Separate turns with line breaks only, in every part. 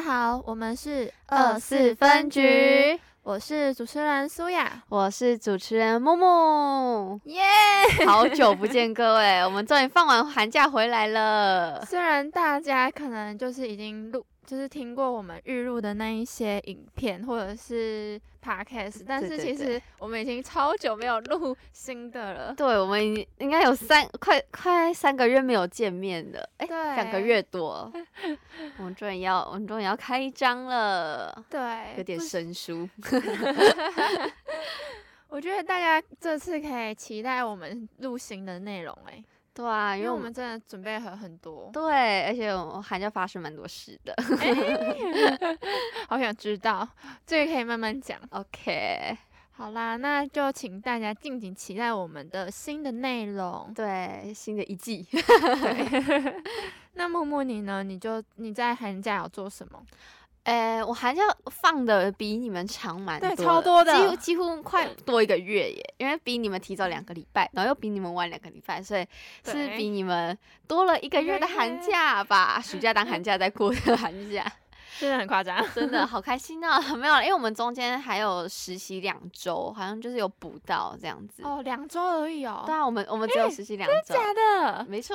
好，我们是24，，我是主持人苏雅，，
我是主持人木木
耶、
好久不见各位，我们终于放完寒假回来了。
呃虽然大家可能就是已经录，就是听过我们预录的那一些影片或者是 podcast，但是
对
其实我们已经超久没有录新的了。
对，我们已经应该有三快快三个月没有见面了，哎，
对，
两个。月 多，我们终于要我们终于要开张了，
对，
有点
不
生疏。
我觉得大家这次可以期待我们录新的内容哎、
对啊，
因
因
为
为
我
我
们
们
真的准备了很 多，
对，而且我寒假发生蛮多事的。
好想知道，这个可以慢慢讲。
OK，
好啦，那就请大家敬请期待我们的新的内容。
对，新的一季。
对，那木木你呢？你就你在寒假有做什么？
哎，我寒假放的比你们长蛮
对
多，
超多的
几乎几乎快多一个月耶，因为比你们提早两个礼拜，然后又比你们晚两个礼拜，所以是
对
比你们多了一个月的寒假吧，暑假当寒假再过的寒假，
真的很夸张。
真的好开心啊！没有啦，因为我们中间还有实习两周，好像就是有补到这样子。
哦，两周而已哦。
对啊，哦我们我们只有实习两周，
假的？
没错。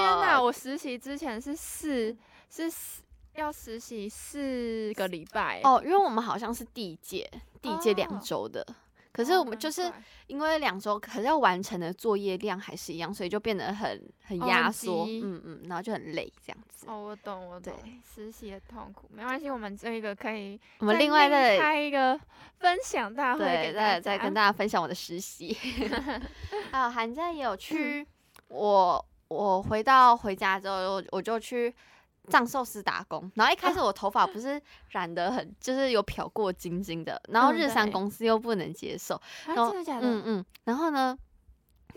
天哪！
哪！
我实习之前是四是四要实习四个礼拜。
哦，因为我们好像是第一届，第一届
哦
两周的。
哦，
可是我们就
难
是
怪
因为两周，可是要完成的作业量还是一样，所以就变得很很
哦
压
很
缩，
急
嗯嗯，然后就很累这样子。
哦，我懂，我懂
对，
实习的痛苦没关系，我们这一个可以
我们
再
另外再
开一个分享大会
对
给大
再再跟
家。
大家分享我的 实习， 还有寒假
嗯
也有去，我我回到回家之后，我我就去。藏寿司打工，然后一开
哦
始我头发不是染得很，就是有漂过晶晶的，然后
嗯
日商
对
公司又不能接受，然
啊，
后
真的假的？
嗯嗯，然后呢，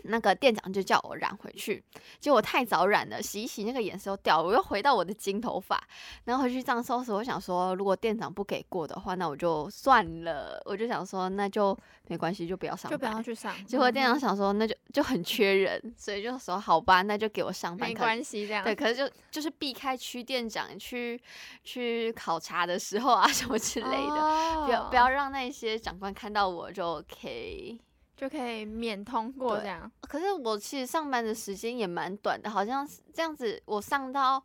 那个店长就叫我染回去，结果我太早染了，洗一洗那个颜色又掉了，我又回到我的金头发，然后回去这样收拾。我想说，如果店长不给过的话，那我就算了，我就想说那就没关系，就不要上
就不要
班。
去上。
结果店
嗯
长想说，那就就很缺人，所以就说好吧，那就给我上班。
没
可能
关系，啊这样
对，可是就就是避开区店长去去考察的时候啊，什么之类的，
的
不要不要让那些长官看到我就 OK。
就可以免通过
对
这样。
可是我其实上班的时间也蛮短的，好像是这样子，我上到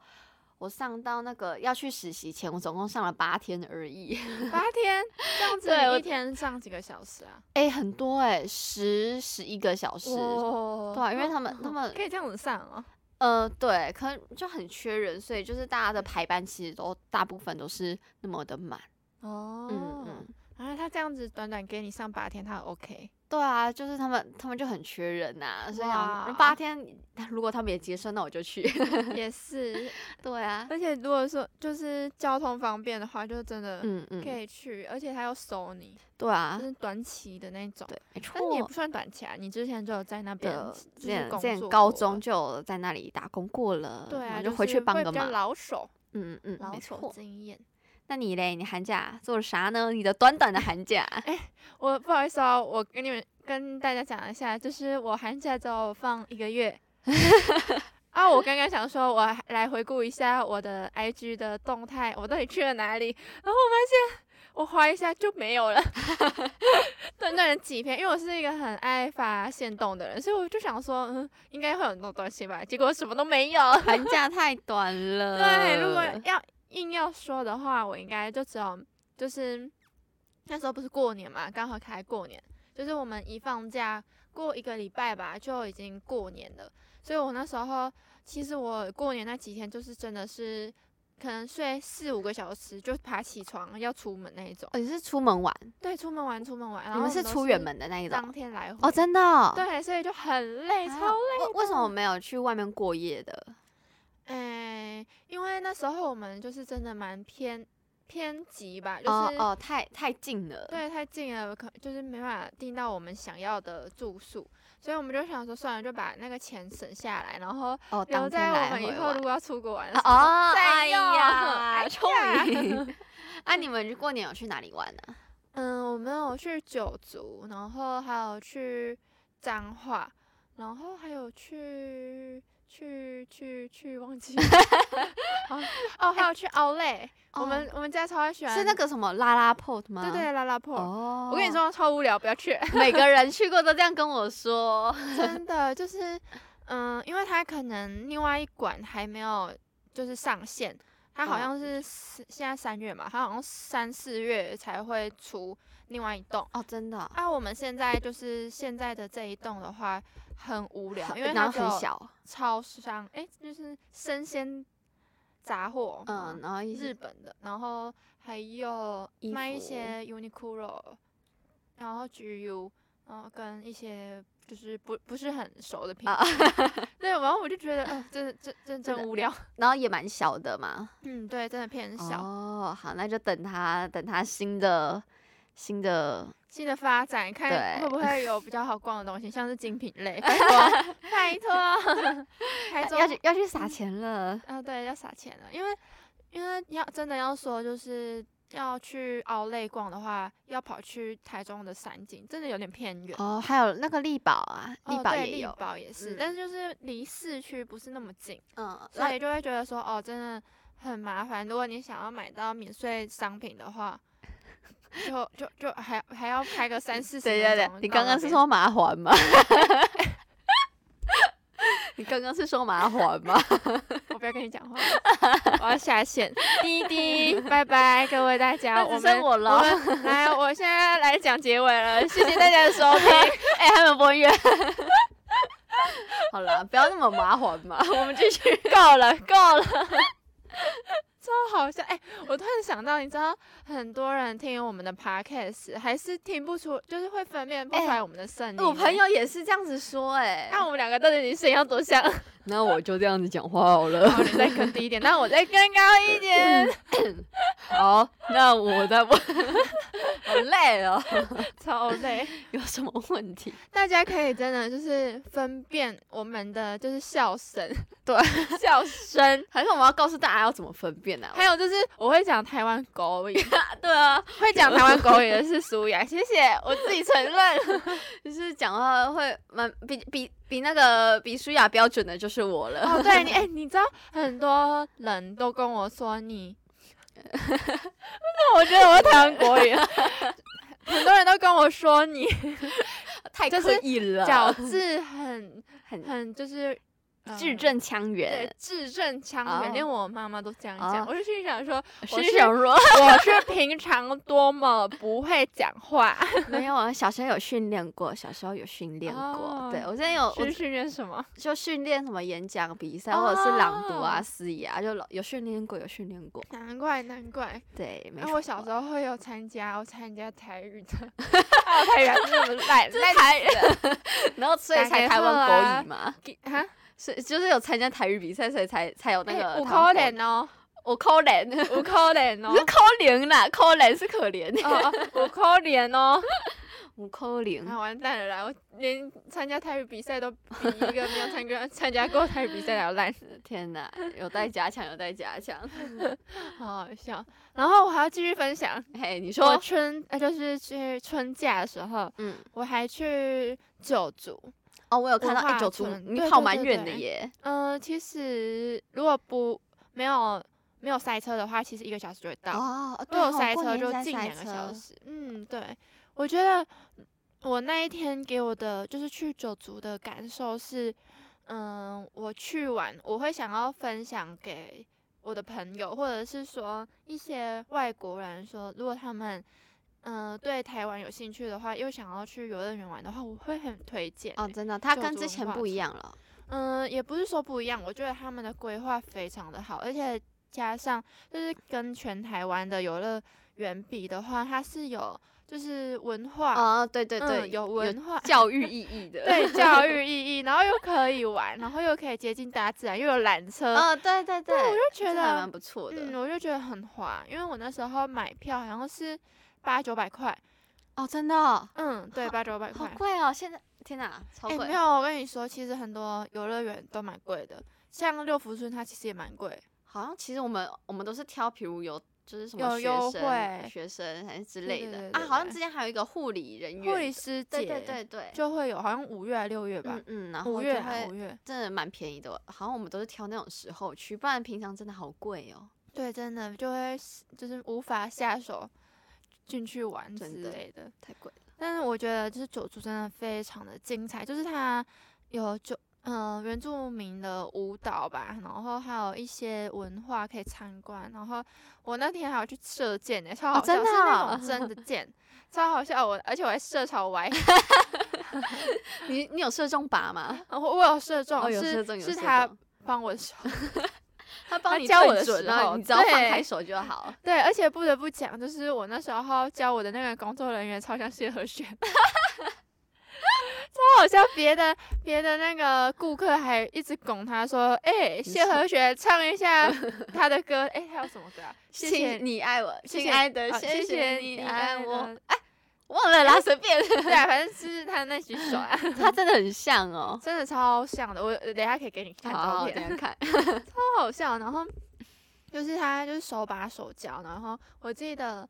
我上到那个要去实习前，我总共上了八天而已。
八天这样子，
对
你
我
一天上几个小时啊？
哎、很多哎、十十一个小时。
哇
对啊，因为他们他 们
可以这样子上哦。
呃，对，可能就很缺人，所以就是大家的排班其实都大部分都是那么的满。
哦，
嗯嗯，
然后他这样子短短给你上八天，他很 OK。
对啊，就是他们他们就很缺人呐、所以
哇
想八天，如果他们也接受，那我就去。
也是，
对啊，
而且如果说就是交通方便的话，就真的
嗯
可
嗯，
以去，而且他又收你，
对啊
就，是短期的那种。
对，没
嗯但是也
错
不。算短期啊，你之前就有在那边
的，
就
之
是
前
工
之前
作
高
过
中
了
就有在那里打工过了，
对
然
啊，
后就回去
是
帮
会
个
比较
忙。
老手，
嗯嗯，
老
没
手
错。
经验。
那你嘞？你寒假做了啥呢？你 的短短的寒假，
哎我不好意思哦，我跟你们跟大家讲一下，就是我寒假只有放一个月。 啊，我刚刚想说，我还来回顾一下我的 IG 的动态，我到底去了哪里？然后我发现我划一下就没有了，短短的几篇。因为我是一个很爱发现动的人，所以我就想说，嗯，应该会有很多东西吧。结果什么都没有。
寒 假太短了。哦
对，如果
呃
要硬要说的话，我应该就只有就是那时候不是过年嘛，刚好开过年，就是我们一放假过一个礼拜吧，就已经过年了。所以我那时候其实我过年那几天就是真的是可能睡四五个小时就爬起床要出门那一种。
哦，你是出门玩，
对，出门玩出门玩，然
你
后
们
我
是
都
出远门的那一
当
种？
天来回。
哦，真的哦。
对，所以就很累，
啊
超
为为什么没有去外面过夜的？
哎、因为那时候我们就是真的蛮偏偏急吧，就是、
哦哦，太太近了。
对太近了，可就是没办法订到我们想要的住宿，所以我们就想说，算了，就把那个钱省下来，然后
哦，
留
当天
在我
来
们
回
以后
玩
如。果要出国玩的
啊
时候
哦，
再
哎
用
呀，聪
哎呀
明。 啊，你们过年有去哪里玩呢？
嗯，我们有去九族，然后还有去彰化，然后还有去去去去，忘 记了。好哦，还有去 Outlet，、我们我们家超喜欢
哦是那个什么拉拉 pot 吗？
对对拉拉破。
哦，
我跟你，说超无聊，不要去。
每个人去过都这样跟我说。
真的就是，嗯，因为它可能另外一馆还没有就是上线，它好
哦
像是四现在三月嘛，它好像三四月才会出另外一栋。
哦，真的啊，
啊，我们现在就是现在的这一栋的话很无聊，因为
然
它
后
只有
很小，
超商，哎、就是生鲜杂货，
嗯，，然后一
日
些
本的，然后还有
衣
卖一
服
些 Uniqlo，然后 GU，然后跟一些就是不不是很熟的品
啊
牌， 对，然后我就觉得，呃，真的真真
真的
真无 聊，
然后也蛮小的嘛。
嗯，对，真的偏小，
哦，好，那就等他等他新的新的
新的发展，看
对
会不会有比较好逛的东西，像是精品类，拜托， 拜托，台中
要去要去撒钱了。
啊，对，要撒钱了，因为因为要真的要说，就是要去奥类逛的话，要跑去台中的三井，真的有点偏远。
哦，还有那个力宝啊，力
哦
宝
对
也有
力，宝也是，但是就是离市区不是那么近，
嗯，
所以就会觉得说，哦，真的很麻烦。如果你想要买到免税商品的话，就就就还还要开个三四十
对
分
对对
钟，
你
到
刚
那
刚是
边
说麻烦吗？ 你刚刚是说麻烦吗？
我不要跟你讲话了，我要下 线，滴滴，拜拜，各位大家，
那只
我
剩
们
我了
们来，我现在来讲结尾了，谢谢大家的收听，
哎、还没有播音乐。 好啦，不要那么麻烦嘛， 我们继续。够了，够 了。
超 好笑，哎、我突然想到，你知道很多人听我们的 podcast 还是听不出，就是会分辨不出哎来我们的声音、
我朋。友也是这样子说、哎
看我们两个到底声音要多 像，好，
那我就这样子讲话好了。
你再更低一点，那我再更高一点，
好，那我再问。 好累哦，
超累。
有什么问题？
大家可以真的就是分辨我们的就是笑声，
对，
笑声，
还是我们要告诉大家要怎么分辨啊呢、
还有就是我会讲台湾狗 语，
啊？ 对啊，
会讲台湾狗语的是苏雅，谢谢，我自己承认。
就是讲话会蛮比比比那个比舒雅标准的就是我了。
哦，对你，哎、你知道很多人都跟我说你，那 我觉得我会台湾国语，啊 很多人都跟我说 你
太
就
刻
是
意了，
咬字很
很
啊 很就是呃
字正腔圆
对。字正腔圆，
哦
连我妈妈都这样讲。
哦
我就心里想说，我
我
是
是想说，
我是平常多么不会讲话，
没有啊，小时候有训练过，小时候有训练过。
哦
对我之前有，我
是训练什么？
就训练什么演讲比赛、或者是朗读啊、
哦
司仪啊，就老有训练过，有训练过。
难怪难怪，
对，没
哎、
错。
我小时候会有参加，我参加台语的， 啊，我台语还是那么 烂，
是 台人，然后所以
打
才
给
台湾
贺
国
啊
语嘛，
烂哈，
所以就是有参加台语比赛，所以才才有那
哎
个
有
台湾
可
国语。
能 哦，
我可 怜，
有可能
不是
哦，
可怜啦，可怜是可 怜，
哦哦，有可能 哦，
我可怜。
啊，完蛋了啦，我连参加台语比赛都比一个没有参加参加过台语比赛的还要烂，
天哪，有待加强，有待加强。
好好笑。然后我还要继续分享，
嘿，你
我
说，
春呃就是去春假的时候，
嗯，
我还去九族，
哦，我有看到，
文
哎，
化
九族，
村
你
对
跑
对
蛮
对
远的
对
耶。
嗯、其实如果不没有没有塞车的话，其实一个小时就会到。
哦，
如
对
果
哦，
塞
过
车
年
就
在
近
塞
两个小
车。
时。嗯，对，我觉得我那一天给我的就是去九族的感受是，嗯，我去玩我会想要分享给我的朋友，或者是说一些外国人说，如果他们嗯、呃对台湾有兴趣的话，又想要去游乐园玩的话，我会很推荐欸、
哦，真的，它
九
跟
族
之
文
前
化
不一
村
样了。
嗯，也不是说不一样，我觉得他们的规划非常的好，而且加上就是跟全台湾的游乐园比的话，它是有就是文化，
哦，对对
嗯
对，
有 文化，
教育意义 的。
对教育意义，然后又可以玩，然后又可以接近大自然，又有缆车，
哦，对对对，
我就觉
这还
得
蛮不错
嗯，
的。
我就觉得很划，因为我那时候买票好像是八九百块，
哦，真的哦，
嗯，对，八九百
好
块，
贵哦！现在天哪，超
哎、
贵
没。有，我跟你说，其实很多游乐园都蛮贵的，像六福村它其实也蛮贵。
好像其实我们我们都是挑，比如有就是什
有
么学
优
生、
惠
学生还是之
对
类
对
的
对
啊，
对
好像
对
之前还有一个护理人员，
护理师节
对对对对，
就会有，好像五月还六月吧
嗯，嗯，然后
五
就
月啊
会
五月，
真的蛮便宜的，好像我们都是挑那种时候去，不然平常真的好贵哦。
对，真的就会就是无法下手进去玩之
真的
类的。
太贵了，
但是我觉得就是九族真的非常的精彩，就是它有九嗯、原住民的舞蹈吧，然后还有一些文化可以参观。然后我那天还有去射箭呢、超
哦
好笑，
真的
是那
哦
种真的箭，超好笑。我而且我还射超歪，
你你有射中靶吗？
我我有射中，
哦，有射
是
中，有
是
射
他
中
帮我手。
他帮
他
你
教
对
我的
准
时
然后
候
你只要放
对
开手就好。
对，而且不得不讲，就是我那时候教我的那个工作人员超像谢和弦，超好笑。别的别的那个顾客还一直拱他说：“哎、谢
错
和弦唱一下他的歌。哎，他有什么歌啊？谢
亲
谢你，
你爱我，
谢
亲
谢
爱的，
啊谢
呃谢
你
爱我。
的。
忘了 啦，随便。
对啊，反正就是他那几首啊，
他真的很像 哦。
真的超像的。我等一下可以给你看照
好，
片。
等一下看。
超好笑。然后就是他就是手把手教，然后我记得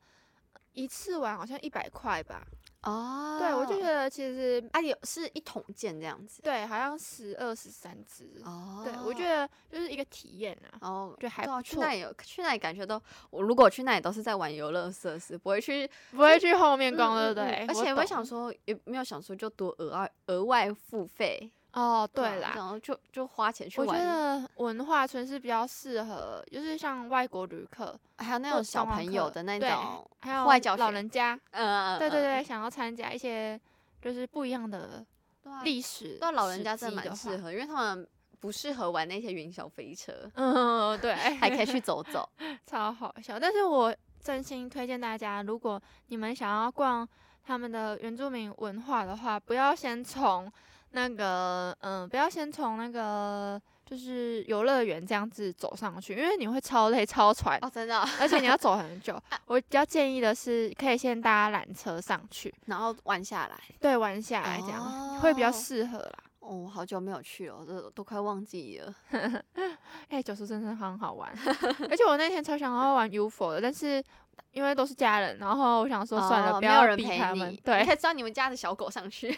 一次玩好像一百块吧。
哦
对，我就觉得其实
啊，有是一桶剑这样子。
对，好像十二十三只。
哦
对，我觉得就是一个体验啊。
哦，
觉得还
对啊
不
去
错
那里有去那里感觉都，我如果去那里都是在玩游乐设施，不会去
不会去后面逛，对
嗯
不
嗯嗯
对？
而且
我
我想
懂
说，也没有想说就多额外额外付费，
哦，对
啊
啦，
然后就就花钱去
我觉
玩，
得文化村是比较适合，就是像外国旅客
还有那
或
种小
观光
朋友
客
的那
对
种，
还有
外教
老
学
人家，
嗯，
对对
嗯
对，，想要参加一些就是不一样的
对啊
历史，
对啊老人家真的蛮适。合，因为他们不适合玩那些云霄飞 车，
嗯，对，
还可以去走走。
超好笑。但是我真心推荐大家，如果你们想要逛他们的原住民文化的话，不要先从那个，嗯，不要先从那个就是游乐园这样子走上去，因为你会超累、超喘，
哦，真的哦，
而且你要走很久。我比较建议的是，可以先搭缆车上去，
然后玩下来。
对，玩下来这样、会比较适合啦。
哦，我好久没有去了，都都快忘记了。
哎、九叔真的很好玩， 而且我那天超想要玩 UFO 的，但是因为都是家人，然后我想说算了，
哦
不
没有
要
人
逼
陪
他们
你，。
对
你，可以叫你们家的小狗上去，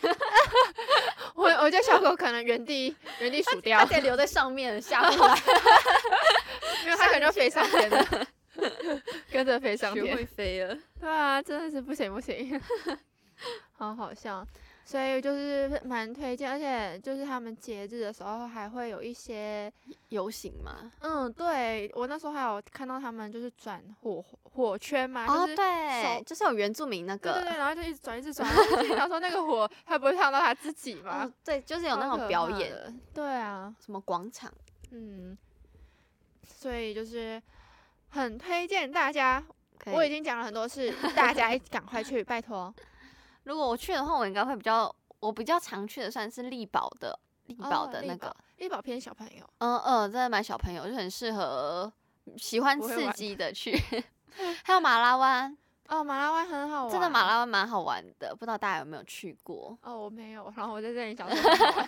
我我觉得小狗可能原地原地数 掉
它，得留在上面下 不来，
没有它可能就飞上天了， 跟着飞上天。
飞 了。
对啊，真的是不行不行， 好好笑。所以就是蛮推荐，而且就是他们节日的时候还会有一些，
游行嘛，
嗯，对我那时候还有看到他们就是转火火圈嘛，
哦
就是
对
手，
就是有原住民那
对对对，
个，哦
然后就一直转一直转，然后就想说那个火它不会烫到他自己吗
哦？对，就是有那
超
种
可
表
怕
演，
的，对啊，
什么广场，
嗯，所以就是很推荐大家。
可
我已
以。
经讲了很多 次，大家一赶快去，拜托。
如果我去的话，我应该会比较，我比较常去的算是力宝的，力宝
哦
的
力
那个
宝，力宝偏小朋友，
嗯嗯，真的蛮小朋友，就很适合喜欢
不会
刺
玩
激的 去。还有马拉湾，
哦，马拉湾很好玩，
真的马拉湾蛮好玩的，不知道大家有没有去过？
哦，我没有，然后我在这里讲说很好玩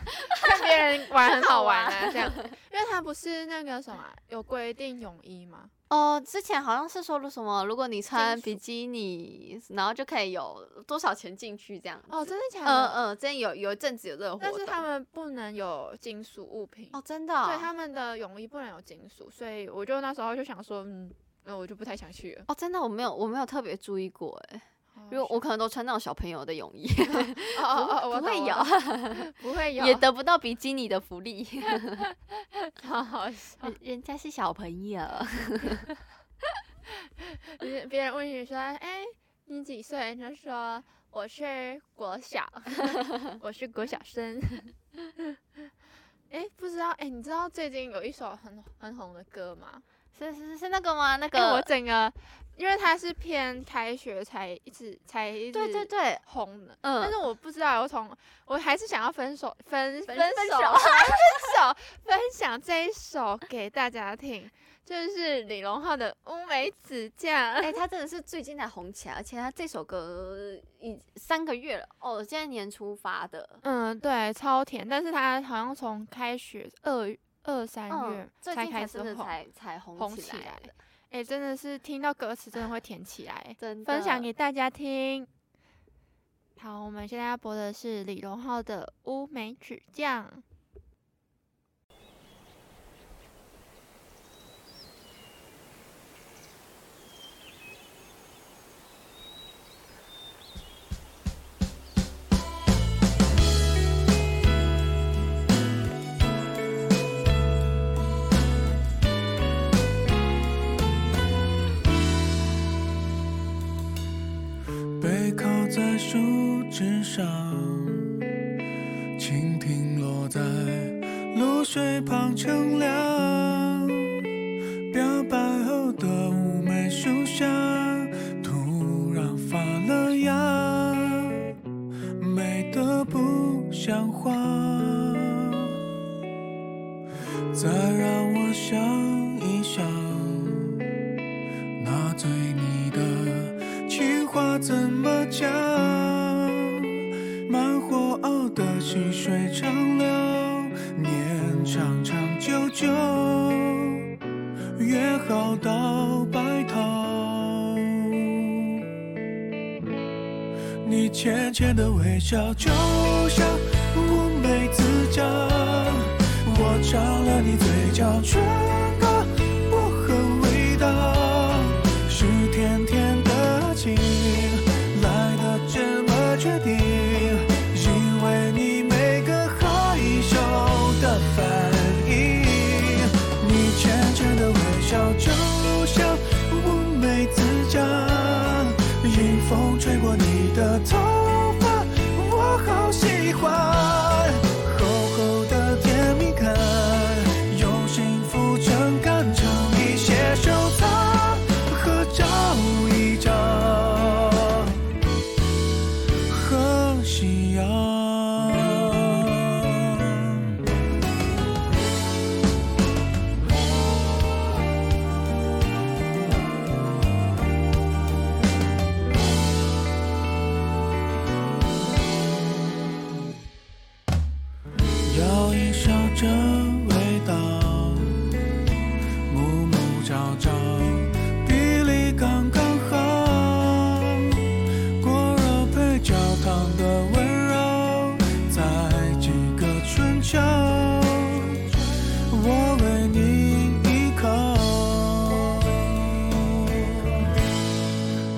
看别 人玩很好玩啊，这样，因为它不是那个什么啊有规定泳衣吗？
哦，之前好像是说了什么，如果你穿
金属
比基尼，然后就可以有多少钱进去这样。
哦，真的假
嗯
的？嗯嗯。
嗯，之前有有一阵子有这个活
但
动。
是他们不能有金属物品，
哦，真的哦、
对，他们的泳衣不能有金属，所以我就那时候就想说，嗯，那我就不太想去了。
哦，真的我没有我没有特别注意过哎，因为我可能都穿那种小朋友的 泳衣，
哦哦哦，
不会
有，
有，
不会有，
也得不到比基尼的福 利，
超好笑。
人人家是小朋友。
别别人问你说，哎，你几岁？你就说我是国小， 我是国小生。 哎，不知道，哎，你知道最近有一首很很红的歌吗？
是是是那个吗？那
哎，我
个
整个，因为它是偏开学才一直才一直
对对对，
红的，但
嗯，
是我不知道，我从我还是想要分手分分
分分
手
手
分手分享这一首给大家听，就是李荣浩的《乌梅子酱》。
哎、他真的是最近才红起来，而且他这首歌已三个月了哦，现在年初发的，
嗯，对，超甜，但是他好像从开学二月二三
嗯
月
最
才
近
开
才
始
真的
红，
才才红
红
起
起
来
来
的。
哎，真的是听到歌词真的会甜起来，
真的
分享 给大家听。好，我们现在要播的是李荣浩的《乌梅曲酱》。
背靠在树枝上，蜻蜓落在露水旁乘凉。表白后的妩媚树下，突然发了芽，美得不像话。再让我想一想，那对你的。情话怎么讲？慢火熬的细水长流，念长长久久，约好到白头。你浅浅的微笑，就像乌梅子酱，我尝了你嘴角唇膏薄荷味道。是甜甜的情来的这么确定，因为你每个害羞的反应，你浅浅的微笑就像乌梅子酱，迎风吹过你的头发，我好喜欢，厚厚的甜蜜感，用幸福撑杆，成一些收藏。合照一张，和夕阳。摇一勺这味道，暮暮朝朝，比例刚刚好。果肉配焦糖的温柔，在几个春秋，我为你一口。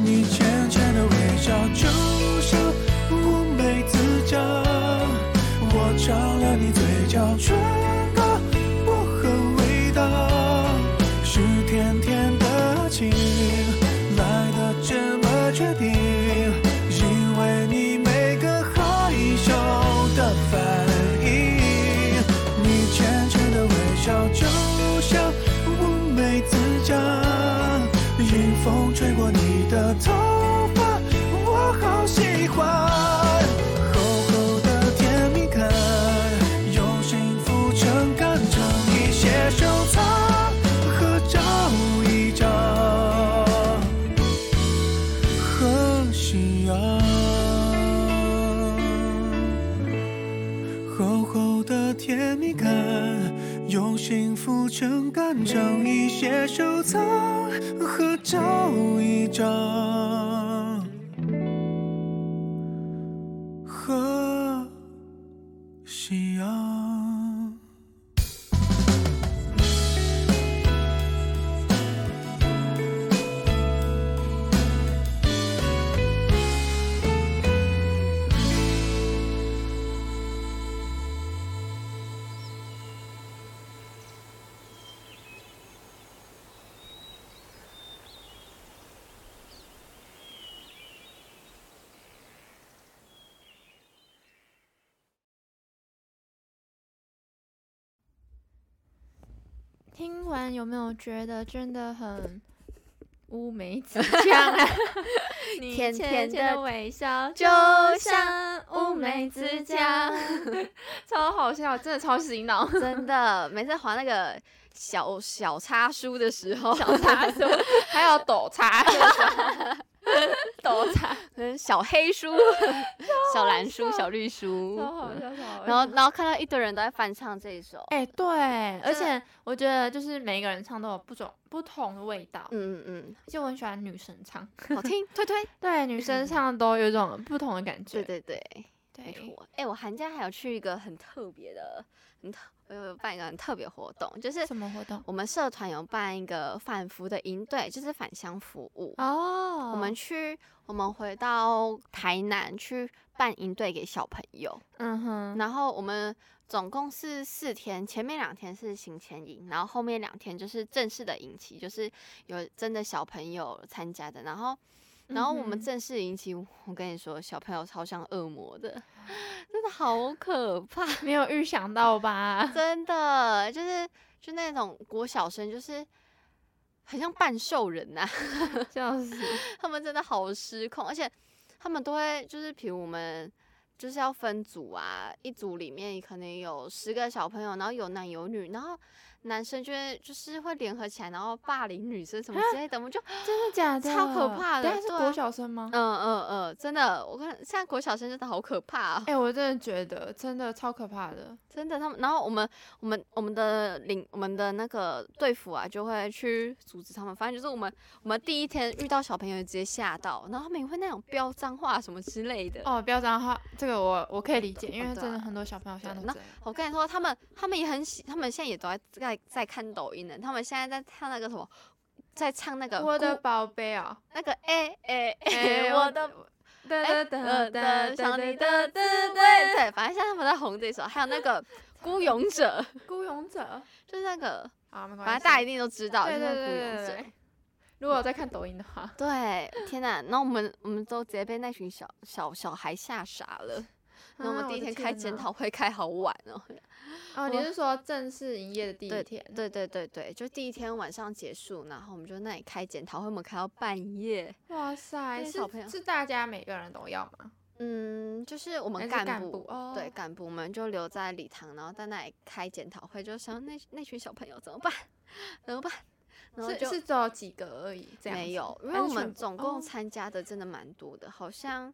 你浅浅的微笑，就像乌梅子酱，我尝了你嘴角唇膏薄荷味道。是甜甜的情来的这么确定，因为你每个害羞的反应，你浅浅的微笑就像乌梅子酱，迎风吹过你的头发，我好喜欢。厚厚的甜蜜感，用幸福撑杆，成一些收藏，合照一张，和夕阳。厚厚的甜蜜感，用幸福撑杆，成一些收藏，合照一张。和夕阳。
听完有没有觉得真的很乌梅子酱 啊？你
甜
浅
甜
浅
的
微笑 就
就像
像
乌
乌梅
梅
子
子
酱，超好笑，真的超洗脑。
真的，每次划那个小小叉书的时候，
小叉什么？还 有抖叉，
嗯抖叉，小黑书，小蓝书、小绿书，
超好笑，哎超好笑。
然后然后看到一堆人都在翻唱这一首，
哎、对，而
真的
且我觉得就是每一个人唱都有不种不同的味道，
嗯嗯
而且我很喜欢女生唱，
嗯，好听，推推，
对，女生唱都有一种不同的感觉。
对对对，没
对
错。哎，我寒假还有去一个很特别的，很特，我有办一个很特别活动，就是
什么活动？
我们社团有办一个反服的营队，就是返乡服务。
哦，
我们去，我们回到台南去办营队给小朋友，
嗯哼，
然后我们总共是四天，前面两天是行前营，然后后面两天就是正式的营期，就是有真的小朋友参加的。然后，然后我们
嗯哼
正式营期，我跟你说，小朋友超像恶魔的， 真的好可怕，
没有预想到吧？
真的就是就那种国小生，就是很像半兽人呐、
笑死！
他们真的好失控，而且他们都会就是，比如我们就是要分组啊，一组里面可能有十个小朋友，然后有男有女，然后男生就会就是会联合起来，然后霸凌女生什么之类的，我们就
真的假的？
超可怕的
但是
对啊
国小生吗
嗯？嗯嗯，真的，我看现在国小生真的好可怕、哦，
哎、我真的觉得真的超可怕的。
真的他们，然后我们我们我们的领我们的那个队服啊，就会去阻止他们，反正就是我们我们第一天遇到小朋友就直接吓到，然后他们也会那种飙脏话什么之类的，
哦，不要这样的话，这个我我可以理解，因
哦
为
对
真的
啊
很多小朋友现在
对
都
那
这样。
我跟你说，他们他们也很喜，他们现在也都在在在看抖音呢。他们现在在唱那个什么，在唱那个
我的
孤
宝贝啊，
那个哎哎
呃 哎
哎，我的
哒哒
哎
哒
呃
哒哒
的想
哒
你
哒
的
哒
滋味。对，反正现在他们在红这首，还有那个孤勇者，
孤勇者
就是 那个，
啊，没关系，
反正大家一定都知道，就
对
是
对
那个孤
对对
勇
对
者。
对。如果我在看抖音的话，
对，天哪！然后我们我们都直接被那群小小小孩吓傻了。然后我
啊
们第一
的
天开
天
检
哪
讨会开好晚哦，
哦，你
我
是说正式营业的第一天？
对对对对，就第一天晚上结束，然后我们就那里开检讨会，我们开到半夜。
哇塞，
对
是
小朋友
是大家每个人都要吗？
嗯，就是我
还
们
是
干部，
干部哦
对干部，我们就留在礼堂，然后在那里开检讨会，就想那那群小朋友怎么办？怎么办？然后
是
就是
只有几个而已，这样
没
子
有，因
还
为
是
我们
全部
总共
哦
参加的真的蛮多的，好像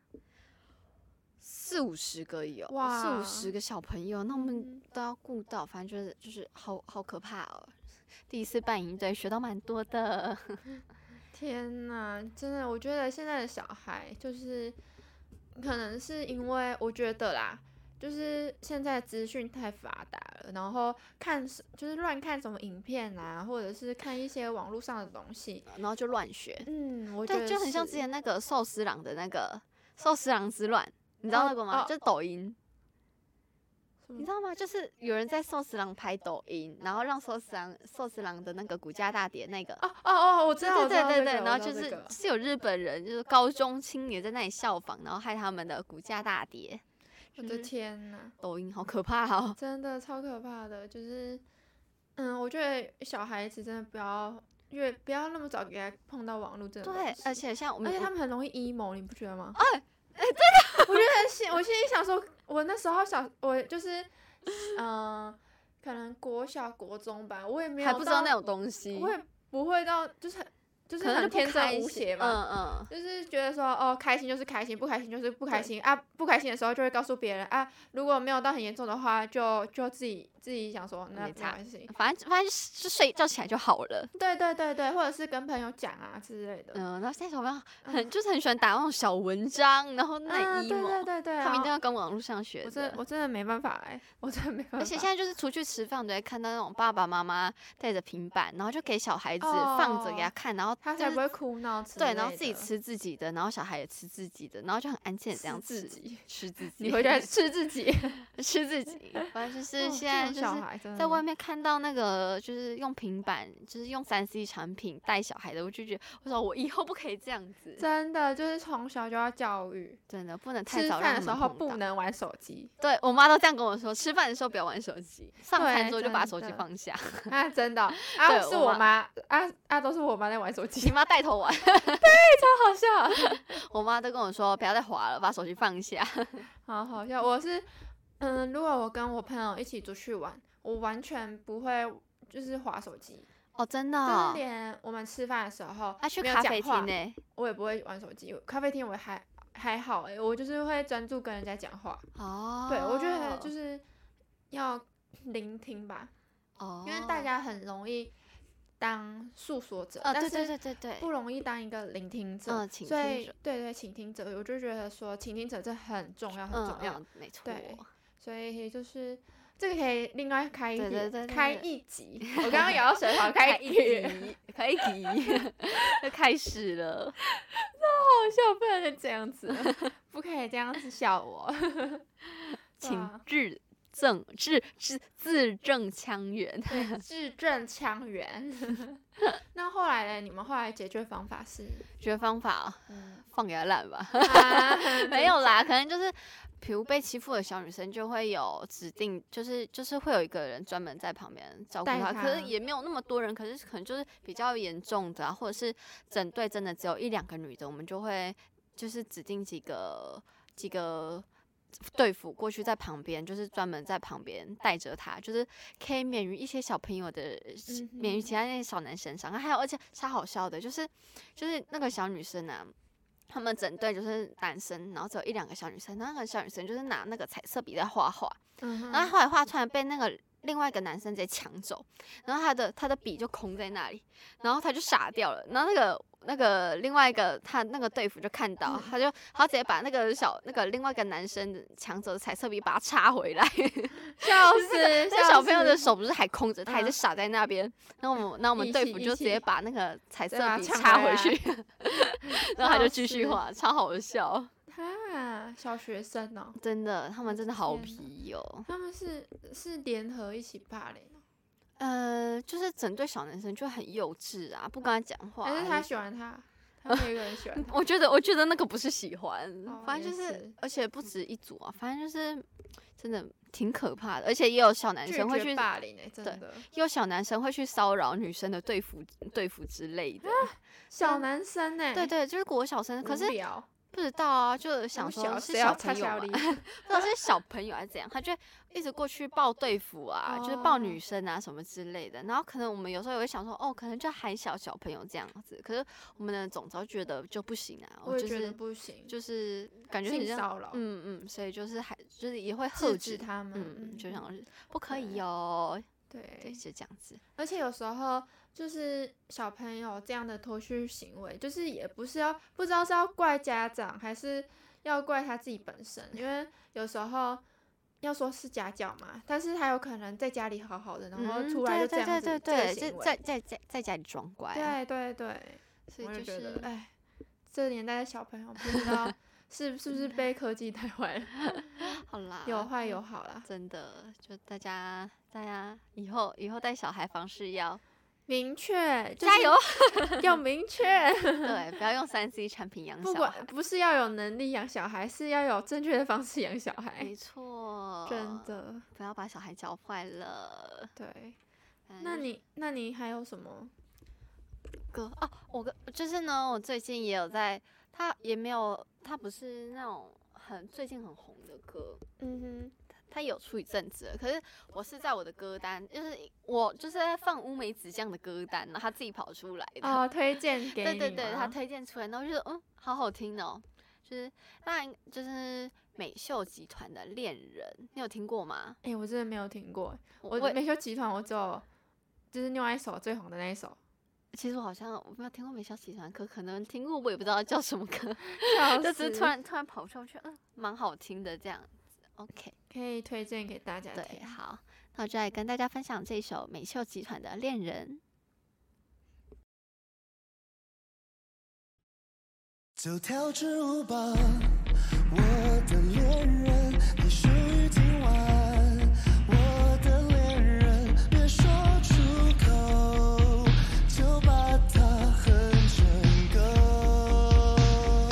四五十个有，四
哇
五十个小朋友，那我们
嗯
都要顾到，反正就是就是好好可怕哦。第一次办营队，学到蛮多的。
天呐，真的，我觉得现在的小孩就是，可能是因为我觉得啦，就是现在资讯太发达了，然后看什就是乱看什么影片啊，或者是看一些网络上的东西，
然后就乱学，
嗯，我觉得
对，就很像
是
之前那个寿司郎的那个寿司郎之乱，你知道
哦
那个吗？
哦
就抖音，嗯
什么
你知道吗？就是有人在寿司郎拍抖音，然后让寿司郎寿司郎的那个股价大跌那个。
哦哦哦，我知
对
道，
对
我知道
对对
这
对，
个
然
我
后
知
就
道这
是
个
是有日本人，就是高中青年在那里效仿，然后害他们的股价大跌。
我
就
的
是
天呐，
抖音好可怕哦！
真的超可怕的，就是，嗯，我觉得小孩子真的不要越不要那么早给他碰到网络这种东
对
西，，
而且像我哦
而
们
且他
我，
们很容易 emo，你不觉得吗？哎、真的，我觉得心，我心里想说，我那时候小，我就是，嗯、可能国小、国中吧，我也没有
还不知道那
到
种东西，
我也不会到，就是很，就是
可能就
很
不
天
开
真无
心
邪嘛。
嗯嗯，
就是觉得说，哦，开心就是开心，不开心就是不开心啊。不开心的时候就会告诉别人啊，如果没有到很严重的话，就就自己自己想说，那
没
没
差
关系。
反正反正就是就睡觉起来就好了。
对对对对，或者是跟朋友讲啊之类的。
嗯，然后现在小朋友很
嗯
就是很喜欢打那种小文章，然后那
啊，
emo，、
对对对对，
他
然
们一
后
定要跟网络上学
我真的
的。
我真的没办法哎、我真的没办法。
而且现在就是出去吃饭，都会看到那种爸爸妈妈带着平板，然后就给小孩子放着给他
哦
看，然后
他
就
才不会
是
哭闹之类
对，
的，
然后自己吃自己的，然后小孩也吃自己的，然后就很安静的这样
吃
吃
自 己，
吃自己，
你回家吃自 己。
吃 自己，反正就是
哦
现在
这种
就
小
是。
孩嗯真的
在外面看到那个就是用平板，就是用三 C 产品带小孩的，我就觉得，我说我以后不可以这样子，
真的就是从小就要教育，
真的不能太
吃
早让
饭
他
的
们
时候
碰到
不能玩手机
对我妈都这样跟我说，吃饭的时候不要玩手机，上
对
餐桌就把
真
手机
的
放下。
啊，真的啊，
对
是
我
我
妈
妈啊啊，都是我妈在玩手
你
机，
妈带头玩，
好笑，
我妈都跟我说不要再滑了，把手机放下。
好好笑。我是嗯，如果我跟我朋友一起出去玩，我完全不会就是划手机，
哦，真的、
就是
哦，啊
连我们吃饭的时候，
她去
没有
咖
讲
啡厅
话
呢、
我也不会玩手机，咖啡厅我还还好哎、我就是会专注跟人家讲话。
哦，
对，我觉得就是要聆听吧，
哦，
因为大家很容易当诉说者，
哦，
但
对
是
对对对对，
不容易当一个聆听者。
嗯倾
所
听
以
者
对对，倾听者，我就觉得说倾听者这很重要，很
嗯
重要。
嗯没错，
对所以就是这个可以另外开一
对对
集
对对
开
对
一集， 我刚刚也要水跑开一集， 好
集，开一集， 就开始 了。
笑，不能这样子了，不可以这样子笑我。 对
请
啊
字正字字字正腔圆。
对，字正腔圆。 那后来呢？你们后来解决方法是？
学方法哦
嗯，
放给他烂吧，
啊
没有啦，可能就是，比如被欺负的小女生就会有指定，就是就是会有一个人专门在旁边照顾
带
她，可
她
是也没有那么多人，可是可能就是比较严重的、啊，或者是整队真的只有一两个女的，我们就会就是指定几个几个。队服过去在旁边，就是专门在旁边带着她，就是可以免于一些小朋友的，
嗯
免于
哼
其他那些小男生伤害。还有，而且超好笑的，就是就是那个小女生啊，他们整队就是男生，然后只有一两个小女生，然后那个小女生就是拿那个彩色笔在画画，
嗯哼，
然后后来画出来被那个另外一个男生直接抢走，然后他的他的笔就空在那里，然后他就傻掉了，然后那个那个另外一个他那个队服就看
嗯
到，他就他直接把那个小那个另外一个男生的抢走的彩色笔把它插回来，
笑死，
那
笑
小朋友的
死
手不是还空着，他还是
嗯
傻在那边， 然后我们那我们
一
队
起
服
一
就直接
起
把那个彩色
再把它
笔
抢
插
回
回去， 然后他就
笑
继续
死
画，超好笑。
啊，小学生哦，
真的，他们真的好
天哪
皮哦。
他们是是联合一起霸凌哦，
呃，就是整对小男生就很幼稚啊，不跟他讲话啊。
还是他
也
喜欢他？他们有一个人喜 欢他，
我觉得，我觉得那个不是喜欢，
哦
反正
也
就是，
是
而且不止一组啊，反正就是真的挺可怕的，而且也有小男
拒
生会
绝
去，
霸凌哎、真的，
也有小男生会去骚扰女生的队服、队服之类的。
小男生哎、
对对，就是国小生，可是
啊无聊
不知道啊，就
那么
想说
小
是
谁要
小
擦
朋友啊
小
嘛
李，
不知道是小朋友还是怎样，他就一直过去抱队服啊，就是抱女
哦
生啊什么之类的。然后可能我们有时候也会想说，哦，可能就还小小朋友这样子。可是我们的总招觉得就不行啊，
我
就
也觉得
是
不行，
就是感觉很
性
像，
骚扰，
嗯嗯，所以就是还就是也会
制
呵
止
止，
他们，
嗯，就
样
想是不可以哦，对，
对，
就这样子，
而且有时候就是小朋友这样的脱序行为，就是也不是要不知道是要怪家长，还是要怪他自己本身，因为有时候要说是家教嘛，但是他有可能在家里好好的，然后
嗯
出来就这
对
样
对
子、
对对对，
这
就
个
在
行
在在在家里装乖啊，
为，对对对，
所
我
以就
觉
是
得哎，这年代的小朋友不知道是是不是被科技带 坏了，
好啦，
有坏有好啦，
真的，就大家大家以后以后带小孩方式要
明确、就
加
是
油，
要明确。
对，不要用三 C 产品养
不
小
管
孩，
不是要有能力养小孩，是要有正确的方式养小孩
没。错，
真，的，
不要把小孩教坏了。
对。
反
那
正
你那你还有什么？
哥哦，我跟就是呢，我最近也有在，他也没有，他不是那种很最近很红的歌，
嗯
他有出一阵子了，可是我是在我的歌单，就是我就是在放乌梅子酱的歌单，然后他自己跑出来的。
哦，推荐给
对
你
对对，他
吗
推荐出来，然后我就觉得嗯，好好听哦。就是那就是美秀集团的《恋人》，你有听过吗？
诶，我真的没有听过。我
我我
美秀集团，我只有就是另外一首最红的那一 首，
其实我好像我没有听过美秀集团歌，可能听过我也不知道叫什么 歌，
笑
就只是
死
突然突然跑出来，我觉得嗯，蛮好听的这样子。OK，
可以推荐给大家
对，
听。
好，那我就来跟大家分享这首美秀集团的《恋人》。
走跳支舞吧，我的恋人，你是今晚我的恋人，别说出口，就把它哼成歌。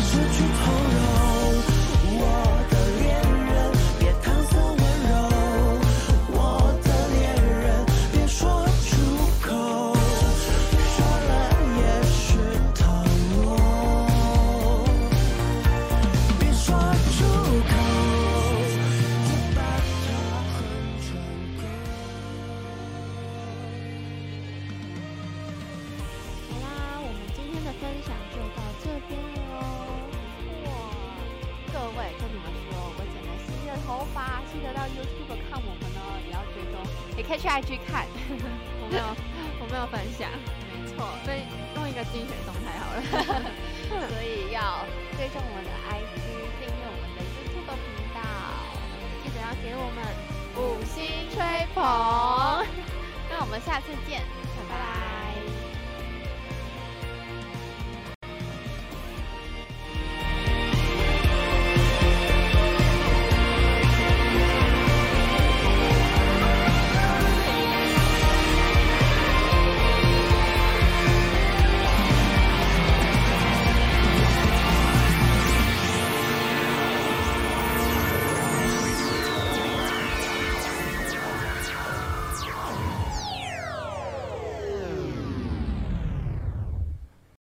失去从容。我的恋人，别搪塞温柔。我的恋人，别说出口，说了也是套路。别说出口，就把它哼成歌。
好啦，我们今天的分享就到这边喽。
各位跟你们说，我剪了新的头发，记得到 YouTube 看我们哦，也要追踪，也可以去 IG 看。
我没有， 我没有分享，
没错，
所以弄一个精选动态好了。
所以要追踪我们的 IG，订阅我们的 YouTube 频道，记 得要给我们五星吹捧。那我们下次见，